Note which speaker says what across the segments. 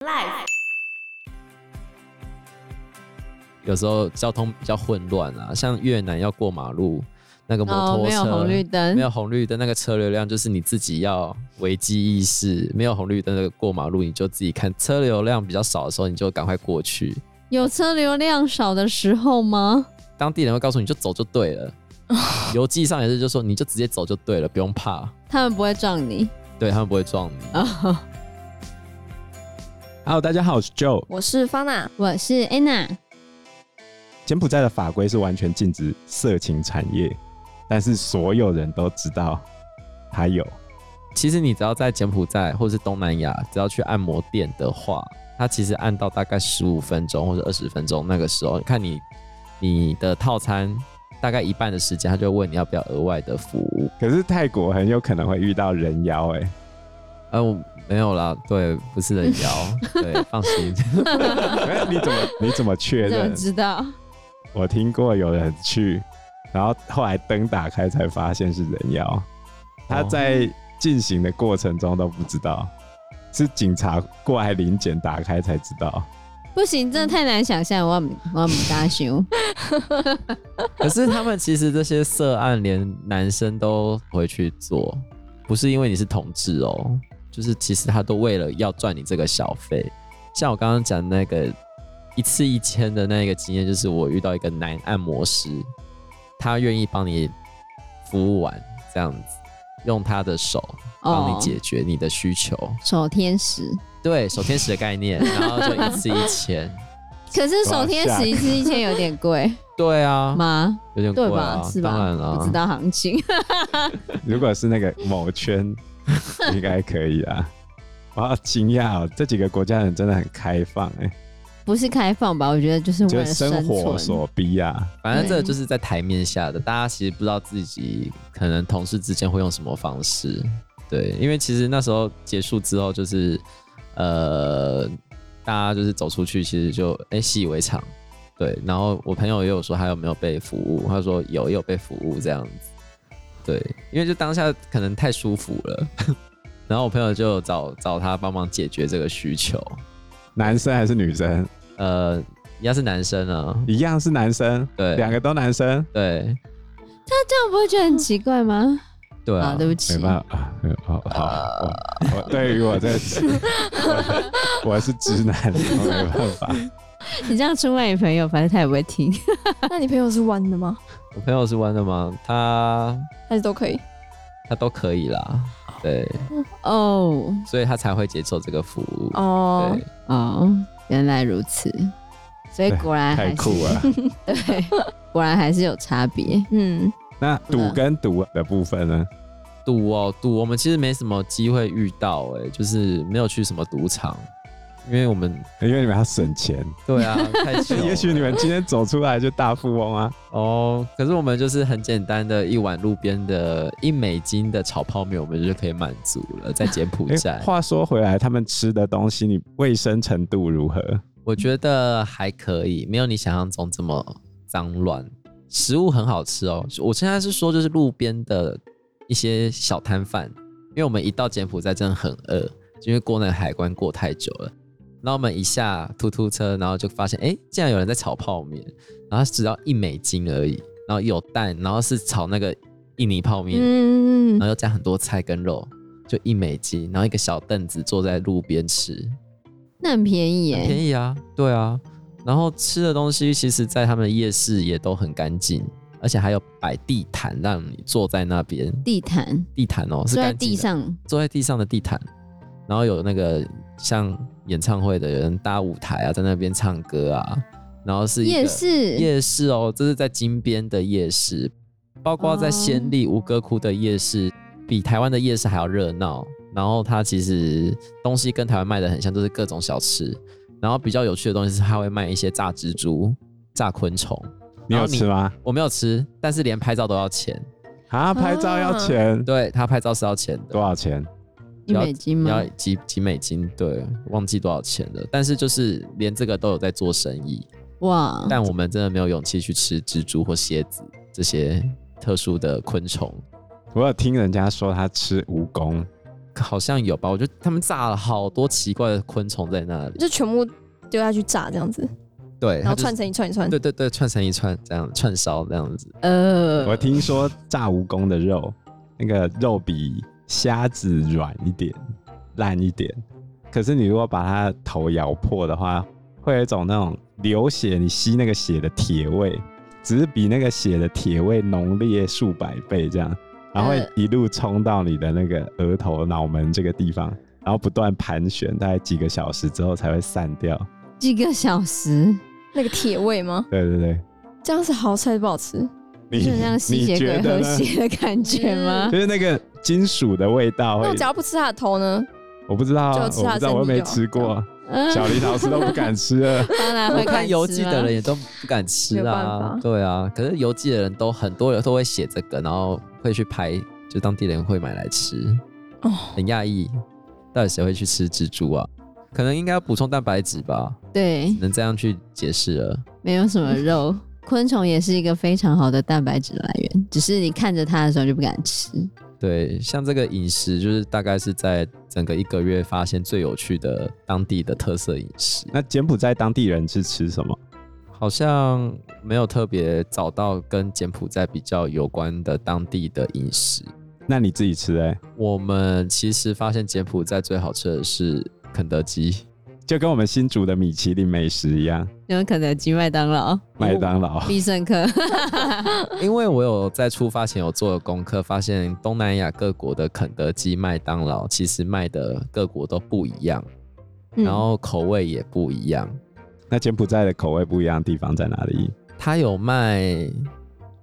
Speaker 1: Life
Speaker 2: 有时候交通比较混乱啊，像越南要过马路，那个摩
Speaker 1: 哦，
Speaker 2: 托
Speaker 1: 没有
Speaker 2: 车、
Speaker 1: 红绿灯，
Speaker 2: 没有红绿灯，那个车流量就是你自己要危机意识。没有红绿灯的过马路，你就自己看车流量比较少的时候，你就赶快过去。
Speaker 1: 有车流量少的时候吗？
Speaker 2: 当地人会告诉你就走就对 了，邮寄上也是就说你就直接走就对了，不用怕，
Speaker 1: 他们不会撞你
Speaker 2: 对他们不会撞你。
Speaker 1: 啊、
Speaker 3: Hello，大家好，我是 Joe。
Speaker 4: 我是方娜，
Speaker 1: 我是 Anna，
Speaker 3: 柬埔寨的法规是完全禁止色情产业，但是所有人都知道它有。
Speaker 2: 其实你只要在柬埔寨或是东南亚，只要去按摩店的话，它其实按到大概十五分钟或者二十分钟，那个时候看你你的套餐大概一半的时间，他就会问你要不要额外的服务。
Speaker 3: 可是泰国很有可能会遇到人妖、欸，哎，
Speaker 2: 呃，我没有啦，对，不是人妖，对，放 心。
Speaker 3: 哎你怎么你怎么确
Speaker 1: 怎么
Speaker 3: 认？
Speaker 1: 知道？
Speaker 3: 我听过有人去，然后后来灯打开才发现是人妖，他在进行的过程中都不知道，是警察过来临检打开才知道。
Speaker 1: 不行，真的太难想象，我要我要不大修。
Speaker 2: 可是他们其实这些涉案连男生都会去做，不是因为你是同志哦，就是其实他都为了要赚你这个小费。像我刚刚讲那个一次一千的那个经验，就是我遇到一个男按摩师，他愿意帮你服务完这样子，用他的手
Speaker 1: 哦
Speaker 2: 帮你解决你的需求。
Speaker 1: 守天使，
Speaker 2: 对，手天使的概念，然后就一次一 千。
Speaker 1: 可是守
Speaker 3: 哇
Speaker 1: 天
Speaker 3: 吓
Speaker 1: 使一次一千有点贵
Speaker 2: 对啊，
Speaker 1: 吗？
Speaker 2: 有点贵
Speaker 1: 对
Speaker 2: 啊
Speaker 1: 吧？，是吧？
Speaker 2: 当然了，
Speaker 1: 不知道行情。
Speaker 3: 如果是那个某圈，应该可以啊。我好惊讶哦，这几个国家人真的很开放哎、
Speaker 1: 不是开放吧？我觉得就是为
Speaker 3: 就
Speaker 1: 了
Speaker 3: 是
Speaker 1: 生
Speaker 3: 生
Speaker 1: 存。
Speaker 3: 活所逼啊。
Speaker 2: 反正这个
Speaker 1: 对
Speaker 2: 就是在台面下的，大家其实不知道自己可能同事之间会用什么方式。对，因为其实那时候结束之后，就是呃，大家就是走出去，其实就哎、诶习以为常。对，然后我朋友也有说他有没有被服务，他说有，也有被服务这样子。对，因为就当下可能太舒服了， 然后我朋友就有找找他帮忙解决这个需求。
Speaker 3: 男生还是女生？
Speaker 2: 呃，要是男生呢？
Speaker 3: 一样是男生，
Speaker 2: 对
Speaker 3: 两个都男生，
Speaker 2: 对
Speaker 1: 这样不会觉得很奇怪吗？
Speaker 2: 对啊
Speaker 1: 啊，，对不起
Speaker 3: 没，办法。啊嗯好好，我我对于我这，我我是直男，我没办法。
Speaker 1: 你这样出卖你朋友，反正他也不会听。
Speaker 4: 那你朋友是弯的吗？
Speaker 2: 我朋友是弯的吗？他
Speaker 4: 还是都可以？
Speaker 2: 他都可以啦，对，
Speaker 1: 哦
Speaker 2: 所以他才会接受这个服务。
Speaker 4: 哦，
Speaker 2: 对，
Speaker 1: 哦，原来如此，所以
Speaker 3: 对
Speaker 1: 果然还
Speaker 3: 太
Speaker 1: 是
Speaker 3: 酷啊了。
Speaker 1: 对，果然还是有差别。
Speaker 4: 嗯，
Speaker 3: 那赌跟赌的部分呢？
Speaker 2: 赌哦，赌我们其实没什么机会遇到、欸，就是没有去什么赌场，因为我们
Speaker 3: 因为你们要省钱，
Speaker 2: 对啊， 太穷了。
Speaker 3: 也许你们今天走出来就大富翁啊。
Speaker 2: 哦，可是我们就是很简单的一碗路边的一美金的炒泡面，我们就可以满足了，在柬埔
Speaker 3: 哎、
Speaker 2: 寨。
Speaker 3: 话说回来，他们吃的东西，你卫生程度如何？
Speaker 2: 我觉得还可以，没有你想象中这么脏乱。食物很好吃哦，我现在是说就是路边的一些小摊贩，因为我们一到柬埔寨真的很饿，因为过那个海关过太久了。然后我们一下突突车，然后就发现哎，诶竟然有人在炒泡面，然后只要一美金而已，然后有蛋，然后是炒那个印尼泡面，
Speaker 4: 嗯
Speaker 2: 然后又加很多菜跟肉，就一美金，然后一个小凳子坐在路边吃，
Speaker 1: 那很便宜
Speaker 2: 很便
Speaker 1: 耶，
Speaker 2: 宜啊，对啊。然后吃的东西，其实在他们的夜市也都很干净，而且还有摆地毯让你坐在那边，
Speaker 1: 地毯
Speaker 2: 地毯哦是
Speaker 1: 坐在
Speaker 2: 干净
Speaker 1: 地
Speaker 2: 的，
Speaker 1: 上，
Speaker 2: 坐在地上的地毯，然后有那个像演唱会的人搭舞台啊，在那边唱歌啊，然后是一个
Speaker 1: 夜市，
Speaker 2: 夜市哦，这是在金边的夜市，包括在暹粒吴哥窟的夜市，比台湾的夜市还要热闹。然后它其实东西跟台湾卖的很像，都是各种小吃。然后比较有趣的东西是，它会卖一些炸蜘蛛、炸昆虫。
Speaker 3: 你
Speaker 2: 然
Speaker 3: 有
Speaker 2: 后你
Speaker 3: 吃吗？
Speaker 2: 我没有吃，但是连拍照都要钱。
Speaker 3: 啊，拍照要钱，
Speaker 2: 对他拍照是要钱的，
Speaker 3: 多少钱？
Speaker 1: 一美金吗
Speaker 2: 要？几几美金？对，忘记多少钱了。但是就是连这个都有在做生意。
Speaker 1: 哇，
Speaker 2: 但我们真的没有勇气去吃蜘蛛或蝎子这些特殊的昆虫。
Speaker 3: 我有听人家说他吃蜈蚣，
Speaker 2: 好像有吧？我觉得他们炸了好多奇怪的昆虫在那里，
Speaker 4: 就全部丢下去炸这样子，
Speaker 2: 对，
Speaker 4: 然后
Speaker 2: 它就是
Speaker 4: 串成一串一串。
Speaker 2: 对对对，串成一串这样串烧这样子，
Speaker 1: 呃，
Speaker 3: 我听说炸蜈蚣的肉，那个肉比虾子软一点、烂一点，可是你如果把它头咬破的话，会有一种那种流血，你吸那个血的铁味，只是比那个血的铁味浓烈数百倍这样，然后会
Speaker 1: 呃
Speaker 3: 一路冲到你的那个额头、脑门这个地方，然后不断盘旋，大概几个小时之后才会散掉。
Speaker 1: 几个小时，
Speaker 4: 那个铁味吗？
Speaker 3: 对对对，
Speaker 4: 这样是好吃还是不好吃？
Speaker 3: 你
Speaker 1: 就像吸
Speaker 3: 你
Speaker 1: 血
Speaker 3: 觉
Speaker 1: 鬼
Speaker 3: 得
Speaker 1: 和
Speaker 3: 呢？
Speaker 1: 血的感觉吗
Speaker 3: 就？是那个金属的味道会
Speaker 4: 那我只要不吃它的头呢？
Speaker 3: 我不知道啊，
Speaker 4: 就有
Speaker 3: 我不
Speaker 4: 吃它
Speaker 3: 知
Speaker 4: 的
Speaker 3: 道，我又
Speaker 4: 身体
Speaker 3: 没
Speaker 4: 就好
Speaker 3: 吃过，
Speaker 1: 嗯，
Speaker 3: 小林老师都不敢吃啊了。
Speaker 1: 当然会
Speaker 2: 我看
Speaker 1: 敢
Speaker 2: 邮
Speaker 1: 吃
Speaker 2: 寄
Speaker 1: 吗
Speaker 2: 的人也都不敢吃
Speaker 4: 没有办
Speaker 2: 啊
Speaker 4: 法，
Speaker 2: 对啊，可是邮寄的人都很多人都会写这个，然后会去拍，就当地人会买来吃，
Speaker 4: 哦
Speaker 2: 很讶异，到底谁会去吃蜘蛛啊？可能应该要补充蛋白质吧，
Speaker 1: 对，
Speaker 2: 能这样去解释了。
Speaker 1: 没有什么肉。昆虫也是一个非常好的蛋白质来源，只是你看着它的时候就不敢吃。
Speaker 2: 对，像这个饮食，就是大概是在整个一个月发现最有趣的当地的特色饮食，
Speaker 3: 那柬埔寨当地人是吃什么？
Speaker 2: 好像没有特别找到跟柬埔寨比较有关的当地的饮食。
Speaker 3: 那你自己吃哎、
Speaker 2: 我们其实发现柬埔寨最好吃的是肯德基、
Speaker 3: 就跟我们新竹的米其林美食一样，
Speaker 1: 有肯德基、麦当劳、
Speaker 3: 麦当劳。
Speaker 1: 必胜客，
Speaker 2: 因为我有在出发前有做了功课，发现东南亚各国的肯德基、麦当劳其实卖的各国都不一样，
Speaker 4: 嗯
Speaker 2: 然后口味也不一样。
Speaker 3: 那柬埔寨的口味不一样的地方在哪里？
Speaker 2: 它有卖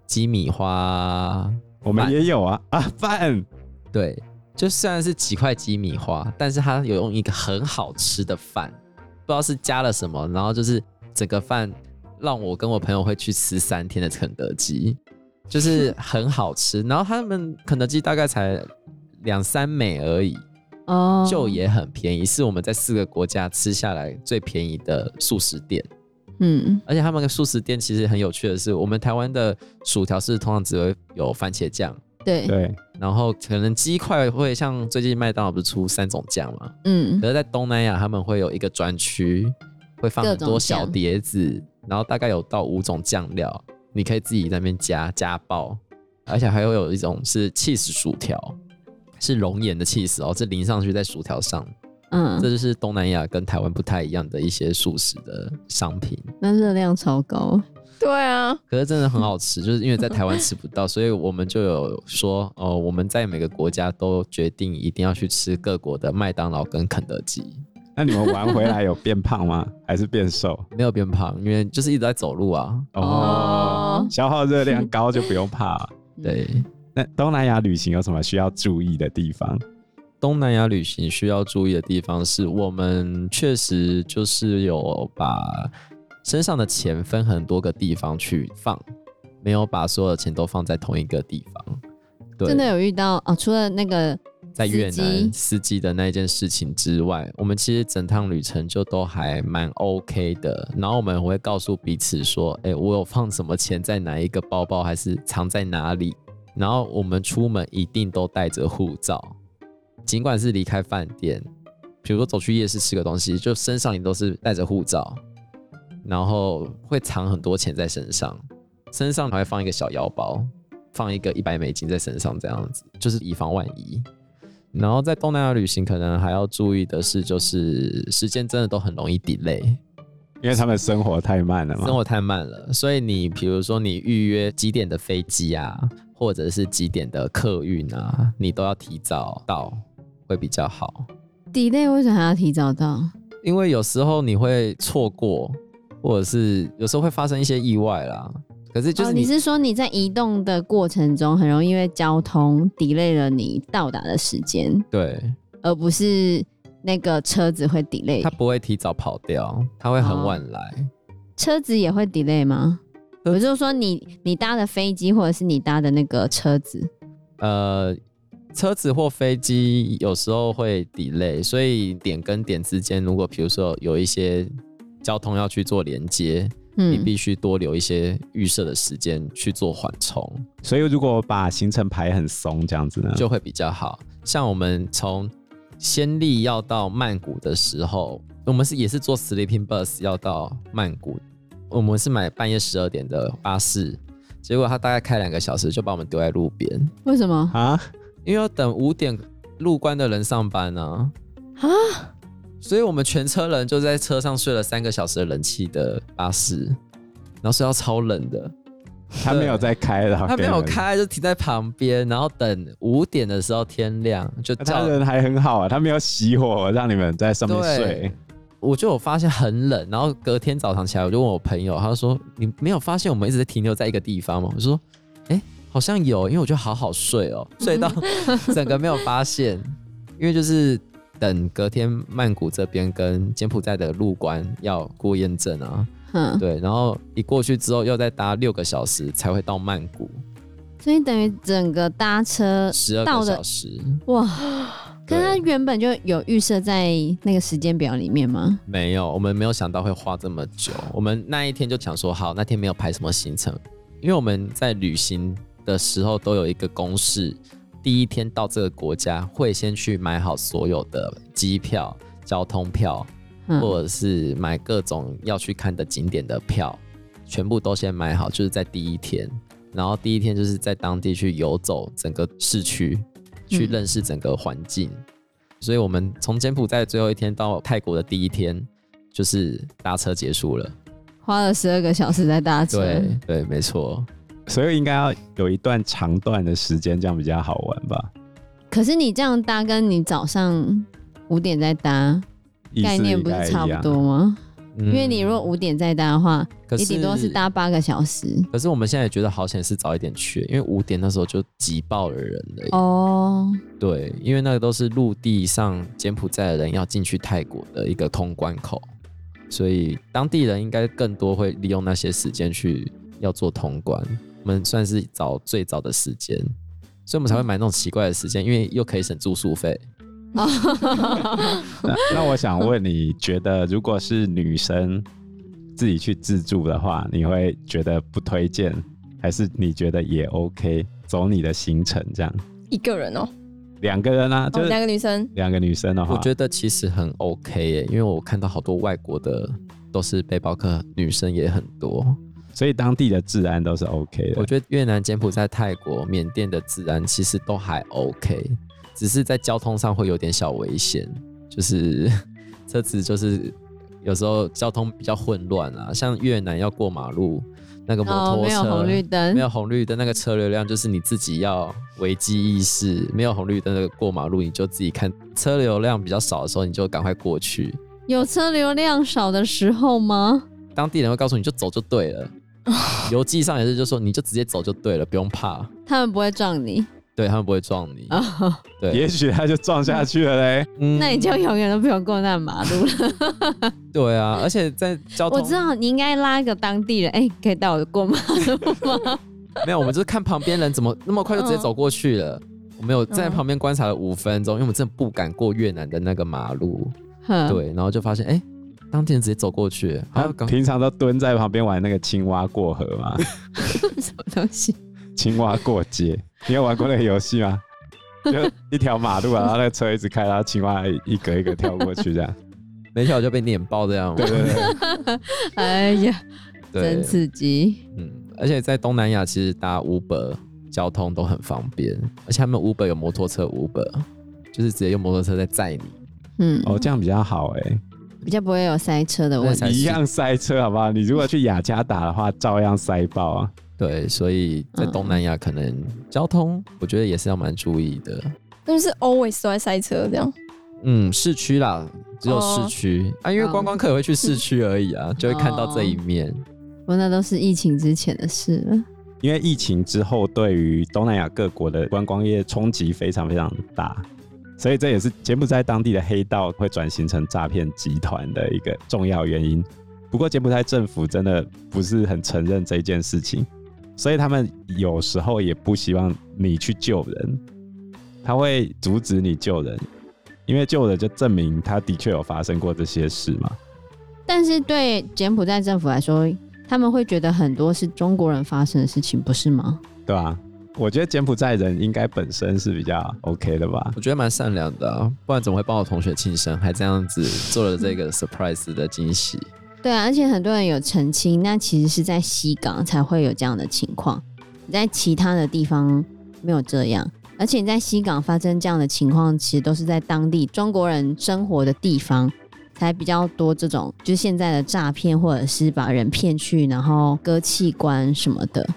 Speaker 2: 鸡米花，
Speaker 3: 我们
Speaker 2: 饭
Speaker 3: 也有啊啊饭，
Speaker 2: 对，就虽然是几块鸡米花，但是它有用一个很好吃的饭，不知道是加了什么，然后就是整个饭让我跟我朋友会去吃三天的肯德基，就是很好吃。然后他们肯德基大概才两三美而已，
Speaker 1: 哦，
Speaker 2: 就也很便宜，是我们在四个国家吃下来最便宜的素食店。
Speaker 1: 嗯，
Speaker 2: 而且他们的素食店其实很有趣的是，我们台湾的薯条是通常只会有番茄酱，
Speaker 1: 对，
Speaker 3: 对，
Speaker 2: 然后可能鸡块会像最近麦当劳不是出三种酱嘛？
Speaker 1: 嗯
Speaker 2: 可，是在东南亚他们会有一个专区，会放很
Speaker 1: 各
Speaker 2: 多
Speaker 1: 种
Speaker 2: 小
Speaker 1: 酱
Speaker 2: 碟子，然后大概有到五种酱料，你可以自己在那边加加爆，而且还会有一种是 cheese 薯条，是熔岩的 cheese 哦，是淋上去在薯条上，这
Speaker 1: 嗯，
Speaker 2: 就是东南亚跟台湾不太一样的一些素食的商品。
Speaker 1: 那热量超高，
Speaker 4: 对啊，
Speaker 2: 可是真的很好吃，就是因为在台湾吃不到，所以我们就有说，哦，我们在每个国家都决定一定要去吃各国的麦当劳跟肯德基，
Speaker 3: 那你们玩回来有变胖吗？还是变瘦？
Speaker 2: 没有变胖，因为就是一直在走路啊。
Speaker 3: 哦，
Speaker 4: 哦
Speaker 3: 消耗热量高就不用怕。啊
Speaker 1: 嗯
Speaker 2: 对，
Speaker 3: 那东南亚旅行有什么需要注意的地方？
Speaker 2: 东南亚旅行需要注意的地方是我们确实就是有把身上的钱分很多个地方去放，没有把所有的钱都放在同一个地方。对，
Speaker 1: 真的有遇到哦，除了那个
Speaker 2: 在越
Speaker 1: 司
Speaker 2: 南
Speaker 1: 机
Speaker 2: 司机的那一件事情之外，我们其实整趟旅程就都还蛮 OK 的。然后我们会告诉彼此说：“哎、我有放什么钱在哪一个包包，还是藏在哪里？”然后我们出门一定都带着护照，尽管是离开饭店，比如说走去夜市吃个东西，就身上你都是带着护照，然后会藏很多钱在身上，身上还会放一个小腰包，放一个一百美金在身上，这样子就是以防万一。然后在东南亚旅行，可能还要注意的是，就是时间真的都很容易 delay，
Speaker 3: 因为他们生活太慢了嘛。
Speaker 2: 生活太慢了。所以你比如说你预约几点的飞机啊，或者是几点的客运啊，你都要提早到会比较好，
Speaker 1: delay 为什么还要提早到？
Speaker 2: 因为有时候你会错过，或者是有时候会发生一些意外啦。可是就
Speaker 1: 哦，
Speaker 2: 是
Speaker 1: 你
Speaker 2: 你
Speaker 1: 是说你在移动的过程中，很容易因为交通 delay 了你到达的时间，
Speaker 2: 对
Speaker 1: 而不是那个车子会 delay，
Speaker 2: 他不会提早跑掉，他会很
Speaker 1: 哦
Speaker 2: 晚来。
Speaker 1: 车子也会 delay 吗？
Speaker 2: 车子
Speaker 1: 我就说你你搭的飞机或者是你搭的那个车子，
Speaker 2: 呃，车子或飞机有时候会 delay，所以点跟点之间，如果比如说有一些交通要去做连接，你
Speaker 1: 嗯，
Speaker 2: 必须多留一些预设的时间去做缓冲，
Speaker 3: 所以如果把行程排很松这样子呢，
Speaker 2: 就会比较好。像我们从先例要到曼谷的时候，我们是也是坐 sleeping bus 要到曼谷，我们是买半夜十二点的巴士，结果他大概开两个小时就把我们丢在路边，
Speaker 1: 为什么？
Speaker 3: 啊，
Speaker 2: 因为要等五点入关的人上班啊，
Speaker 4: 啊，
Speaker 2: 所以我们全车人就在车上睡了三个小时的冷气的巴士，然后睡到超冷的，
Speaker 3: 他没有在开了，
Speaker 2: 他没
Speaker 3: 给你
Speaker 2: 有
Speaker 3: 们，
Speaker 2: 开就停在旁边，然后等五点的时候天亮就
Speaker 3: 啊他
Speaker 2: 叫。
Speaker 3: 人还很好啊，他没有熄火让你们在上面
Speaker 2: 对
Speaker 3: 睡，
Speaker 2: 我就有发现很冷，然后隔天早上起来，我就问我朋友，他就说：“你没有发现我们一直在停留在一个地方吗？”我说：“哎、好像有，因为我觉得好好睡 哦，睡到整个没有发现，因为就是等隔天曼谷这边跟柬埔寨的入关要过验证啊，
Speaker 1: 嗯，
Speaker 2: 对，然后一过去之后要再搭六个小时才会到曼谷，
Speaker 1: 所以等于整个搭车
Speaker 2: 十二
Speaker 1: 到
Speaker 2: 个
Speaker 1: 的
Speaker 2: 小时
Speaker 1: 哇，可
Speaker 2: 对
Speaker 1: 是他原本就有预设在那个时间表里面吗？
Speaker 2: 没有，我们没有想到会花这么久。我们那一天就想说，好，那天没有排什么行程，因为我们在旅行的时候都有一个公式，第一天到这个国家会先去买好所有的机票、交通票，
Speaker 1: 嗯，
Speaker 2: 或者是买各种要去看的景点的票，全部都先买好，就是在第一天。然后第一天就是在当地去游走整个市区，去
Speaker 1: 嗯
Speaker 2: 认识整个环境。所以我们从柬埔寨最后一天到泰国的第一天，就是搭车结束了。
Speaker 1: 花了十二个小时在搭车，
Speaker 2: 对对，没错。
Speaker 3: 所以应该要有一段长段的时间，这样比较好玩吧？
Speaker 1: 可是你这样搭，跟你早上五点再搭，
Speaker 3: 意思
Speaker 1: 概念不
Speaker 3: 应该
Speaker 1: 是
Speaker 3: 一
Speaker 1: 差不
Speaker 3: 样
Speaker 1: 多吗？
Speaker 2: 因
Speaker 1: 因为你如果五点再搭的话，
Speaker 2: 嗯可
Speaker 1: 你顶多是搭八个小时
Speaker 2: 可是我们现在也觉得好险是早一点去，因为五点那时候就挤爆了人了。
Speaker 1: 哦。
Speaker 2: 对，因为那个都是陆地上柬埔寨的人要进去泰国的一个通关口，所以当地人应该更多会利用那些时间去要做通关。我们算是早最早的时间，所以我们才会买那种奇怪的时间，因为又可以省住宿费。
Speaker 3: 那那我想问你，觉得如果是女生自己去自助的话，你会觉得不推荐，还是你觉得也 OK？走你的行程这样，
Speaker 4: 一个人哦，
Speaker 3: 两个人啊，
Speaker 4: 哦，
Speaker 3: 就是
Speaker 4: 两个女生，
Speaker 3: 两个女生的话，
Speaker 2: 我觉得其实很 OK 耶、因为我看到好多外国的都是背包客，女生也很多。
Speaker 3: 所以当地的治安都是 OK
Speaker 2: 我
Speaker 3: 的。
Speaker 2: 觉得越南、柬埔寨、泰国、缅甸的治安其实都还 OK，只是在交通上会有点小危险，就是 车子就是有时候交通比较混乱啊，像越南要过马路，那个摩
Speaker 1: 哦，
Speaker 2: 托
Speaker 1: 没
Speaker 2: 车、
Speaker 1: 有红绿
Speaker 2: 没
Speaker 1: 灯，
Speaker 2: 有红绿灯，那个车流量就是你自己要危机意识，没有红绿灯的过马路，你就自己看车流量比较少的时候，你就赶快过去。
Speaker 1: 有车流量少的时候吗？
Speaker 2: 当地人会告诉你就走就对 了，邮寄上也是就说你就直接走就对了，不用怕。
Speaker 1: 他们不会撞你
Speaker 2: 对他们不会撞你，
Speaker 1: 哦，
Speaker 2: 对，
Speaker 3: 也许他就撞下去了嘞。
Speaker 2: 嗯
Speaker 1: 那你就永远都不用过那马路 了。
Speaker 2: 对啊，而且在交通，
Speaker 1: 我知道你应该拉一个当地人，哎、可以带我过 马路吗？
Speaker 2: 没有，我们就是看旁边人怎么那么快就直
Speaker 1: 嗯
Speaker 2: 接走过去了。我们有在旁边观察了五分钟，因为我们真的不敢过越南的那个马路，
Speaker 1: 哼，
Speaker 2: 对，然后就发现哎、当地人直接走过去，
Speaker 1: 嗯
Speaker 2: 啊还
Speaker 3: 他
Speaker 2: 有刚
Speaker 3: 平常都蹲在旁边玩那个青蛙过河 嘛，
Speaker 1: 什么东 西？
Speaker 3: 青蛙过街。你有玩过那个游戏 吗？就一条马路啊，然后那个车一直开，然后青蛙一格一格跳过去这样。
Speaker 2: 没跳就被碾爆这样，
Speaker 3: 对对对。
Speaker 1: 哎呀，
Speaker 2: 对
Speaker 1: 真，刺激！
Speaker 2: 嗯，而且在东南亚其实搭 Uber 交通都很方便，而且他们 Uber 有摩托车 Uber，就是直接用摩托车在载你，
Speaker 1: 嗯，
Speaker 3: 哦，这样比较好哎、
Speaker 1: 比较不会有塞车的问
Speaker 2: 那
Speaker 1: 题。
Speaker 2: 才
Speaker 3: 一
Speaker 2: 是
Speaker 3: 样塞车，好不好？你如果去雅加达的话，照样塞爆啊！
Speaker 2: 对，所以在
Speaker 1: 嗯
Speaker 2: 东南亚可能交通我觉得也是要蛮注意的，
Speaker 4: 他们是 always 都在塞车这样。
Speaker 2: 嗯，市区啦，只有市区、啊，因为
Speaker 1: 嗯
Speaker 2: 观光客也会去市区而已 啊，就会看到这一面。
Speaker 1: 不过那都是疫情之前的事了。
Speaker 3: 因为疫情之后，对于东南亚各国的观光业冲击非常非常大，所以这也是柬埔寨当地的黑道会转型成诈骗集团的一个重要原因。不过柬埔寨政府真的不是很承认这件事情，所以他们有时候也不希望你去救人，他会阻止你救人，因为救人就证明他的确有发生过这些事嘛。
Speaker 1: 但是对柬埔寨政府来说，他们会觉得很多是中国人发生的事情，不是吗？
Speaker 3: 对吧、我觉得柬埔寨人应该本身是比较 OK 的吧？
Speaker 2: 我觉得蛮善良的、啊，不然怎么会帮我同学庆生，还这样子做了这
Speaker 1: 嗯
Speaker 2: 个 surprise 的惊喜？
Speaker 1: 对啊，而且很多人有澄清，那其实是在西港才会有这样的情况，你在其他的地方没有这样。而且你在西港发生这样的情况，其实都是在当地中国人生活的地方才比较多这种，就是现在的诈骗或者是把人骗去，然后割器官什么的。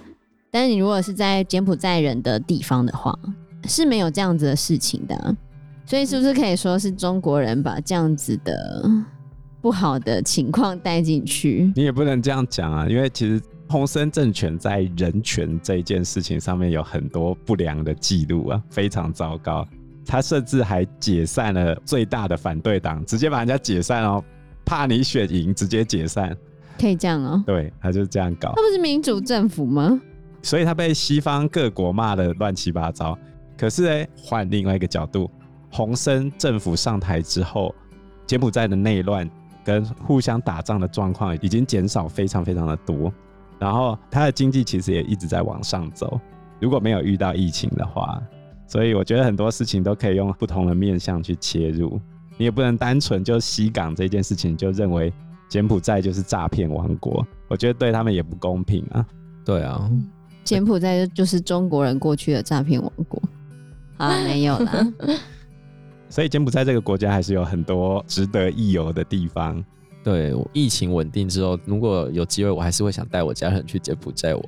Speaker 1: 但是你如果是在柬埔寨人的地方的话，是没有这样子的事情的啊。所以是不是可以说是中国人把这样子的不好的情况带进去？
Speaker 3: 你也不能这样讲啊，因为其实洪森政权在人权这一件事情上面有很多不良的记录啊，非常糟糕。他甚至还解散了最大的反对党，直接把人家解散哦，怕你选赢，直接解散。
Speaker 1: 可以这样哦、
Speaker 3: 对，他就这样搞
Speaker 1: 他，不是民主政府吗？
Speaker 3: 所以他被西方各国骂的乱七八糟。可是呢，换另外一个角度，洪森政府上台之后，柬埔寨的内乱跟互相打仗的状况已经减少非常非常的多，然后它的经济其实也一直在往上走。如果没有遇到疫情的话，所以我觉得很多事情都可以用不同的面向去切入，你也不能单纯就西港这件事情就认为柬埔寨就是诈骗王国，我觉得对他们也不公平啊。
Speaker 2: 对啊，
Speaker 1: 嗯柬埔寨就就是中国人过去的诈骗王国啊，没有啦。
Speaker 3: 所以柬埔寨这个国家还是有很多值得一游的 地方。
Speaker 2: 对，我疫情稳定之后，如果有机会，我还是会想带我家人去柬埔寨玩，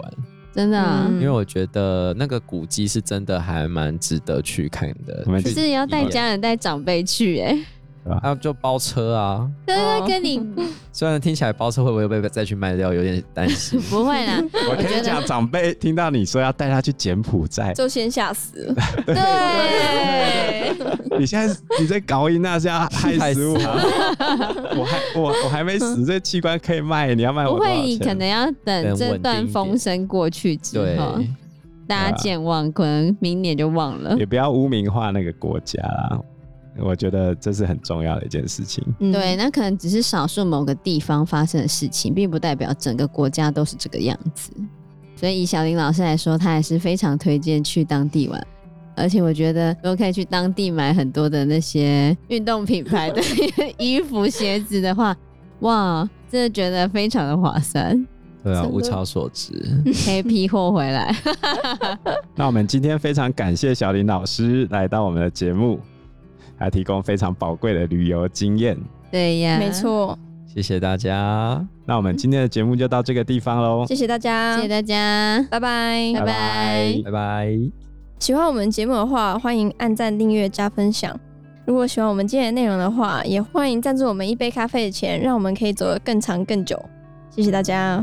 Speaker 1: 真的、啊，
Speaker 2: 因
Speaker 4: 嗯
Speaker 2: 为我觉得那个古迹是真的还蛮值得去看的
Speaker 3: 我。们
Speaker 1: 可是要带家人、带长辈去、欸，哎，
Speaker 2: 啊，就包车啊！
Speaker 1: 但是
Speaker 4: 哦
Speaker 1: 他跟你
Speaker 2: 虽然听起来包车会不会被再去卖掉，有点担 心。
Speaker 1: 不会啦，
Speaker 3: 我跟
Speaker 1: 觉
Speaker 3: 你
Speaker 1: 得
Speaker 3: 讲，长辈听到你说要带他去柬埔寨，
Speaker 4: 就先吓死了。
Speaker 1: 对，
Speaker 3: 你现在你在搞音，那是要害
Speaker 2: 害
Speaker 3: 死
Speaker 2: 死
Speaker 3: 我
Speaker 2: 我！
Speaker 3: 我还我我还没死，这器官可以卖，你要卖我
Speaker 1: 不
Speaker 3: 多
Speaker 1: 会，
Speaker 3: 少
Speaker 1: 你可
Speaker 3: 钱？
Speaker 1: 能要等这段风声过去之
Speaker 2: 对，
Speaker 1: 后，大家健忘，可能明年就忘了。
Speaker 3: 也不要污名化那个国家啦。我觉得这是很重要的一件事情。
Speaker 4: 嗯
Speaker 1: 对，，那可能只是少数某个地方发生的事情，并不代表整个国家都是这个样子。所以以小林老师来说，他还是非常推荐去当地玩，而且我觉得如果可以去当地买很多的那些运动品牌的 衣服、鞋子的话，哇，真的觉得非常的划算，
Speaker 2: 对
Speaker 4: 真
Speaker 2: 啊，
Speaker 4: 的
Speaker 2: 物超所值。
Speaker 1: 可以批货回来。
Speaker 3: 那我们今天非常感谢小林老师来到我们的节目，还提供非常宝贵的旅游经验。
Speaker 1: 对呀，
Speaker 4: 没，错，
Speaker 2: 谢谢大家。
Speaker 3: 那我们今天的节目就到这个地方喽，
Speaker 4: 谢谢大家，
Speaker 1: 谢谢大家，
Speaker 4: 拜拜。
Speaker 1: 拜拜
Speaker 2: 拜拜。
Speaker 4: 喜欢我们节目的话，欢迎按赞、订阅、加分享。如果喜欢我们今天的内容的话，也欢迎赞助我们一杯咖啡的钱，让我们可以走得更长更久。谢谢大家，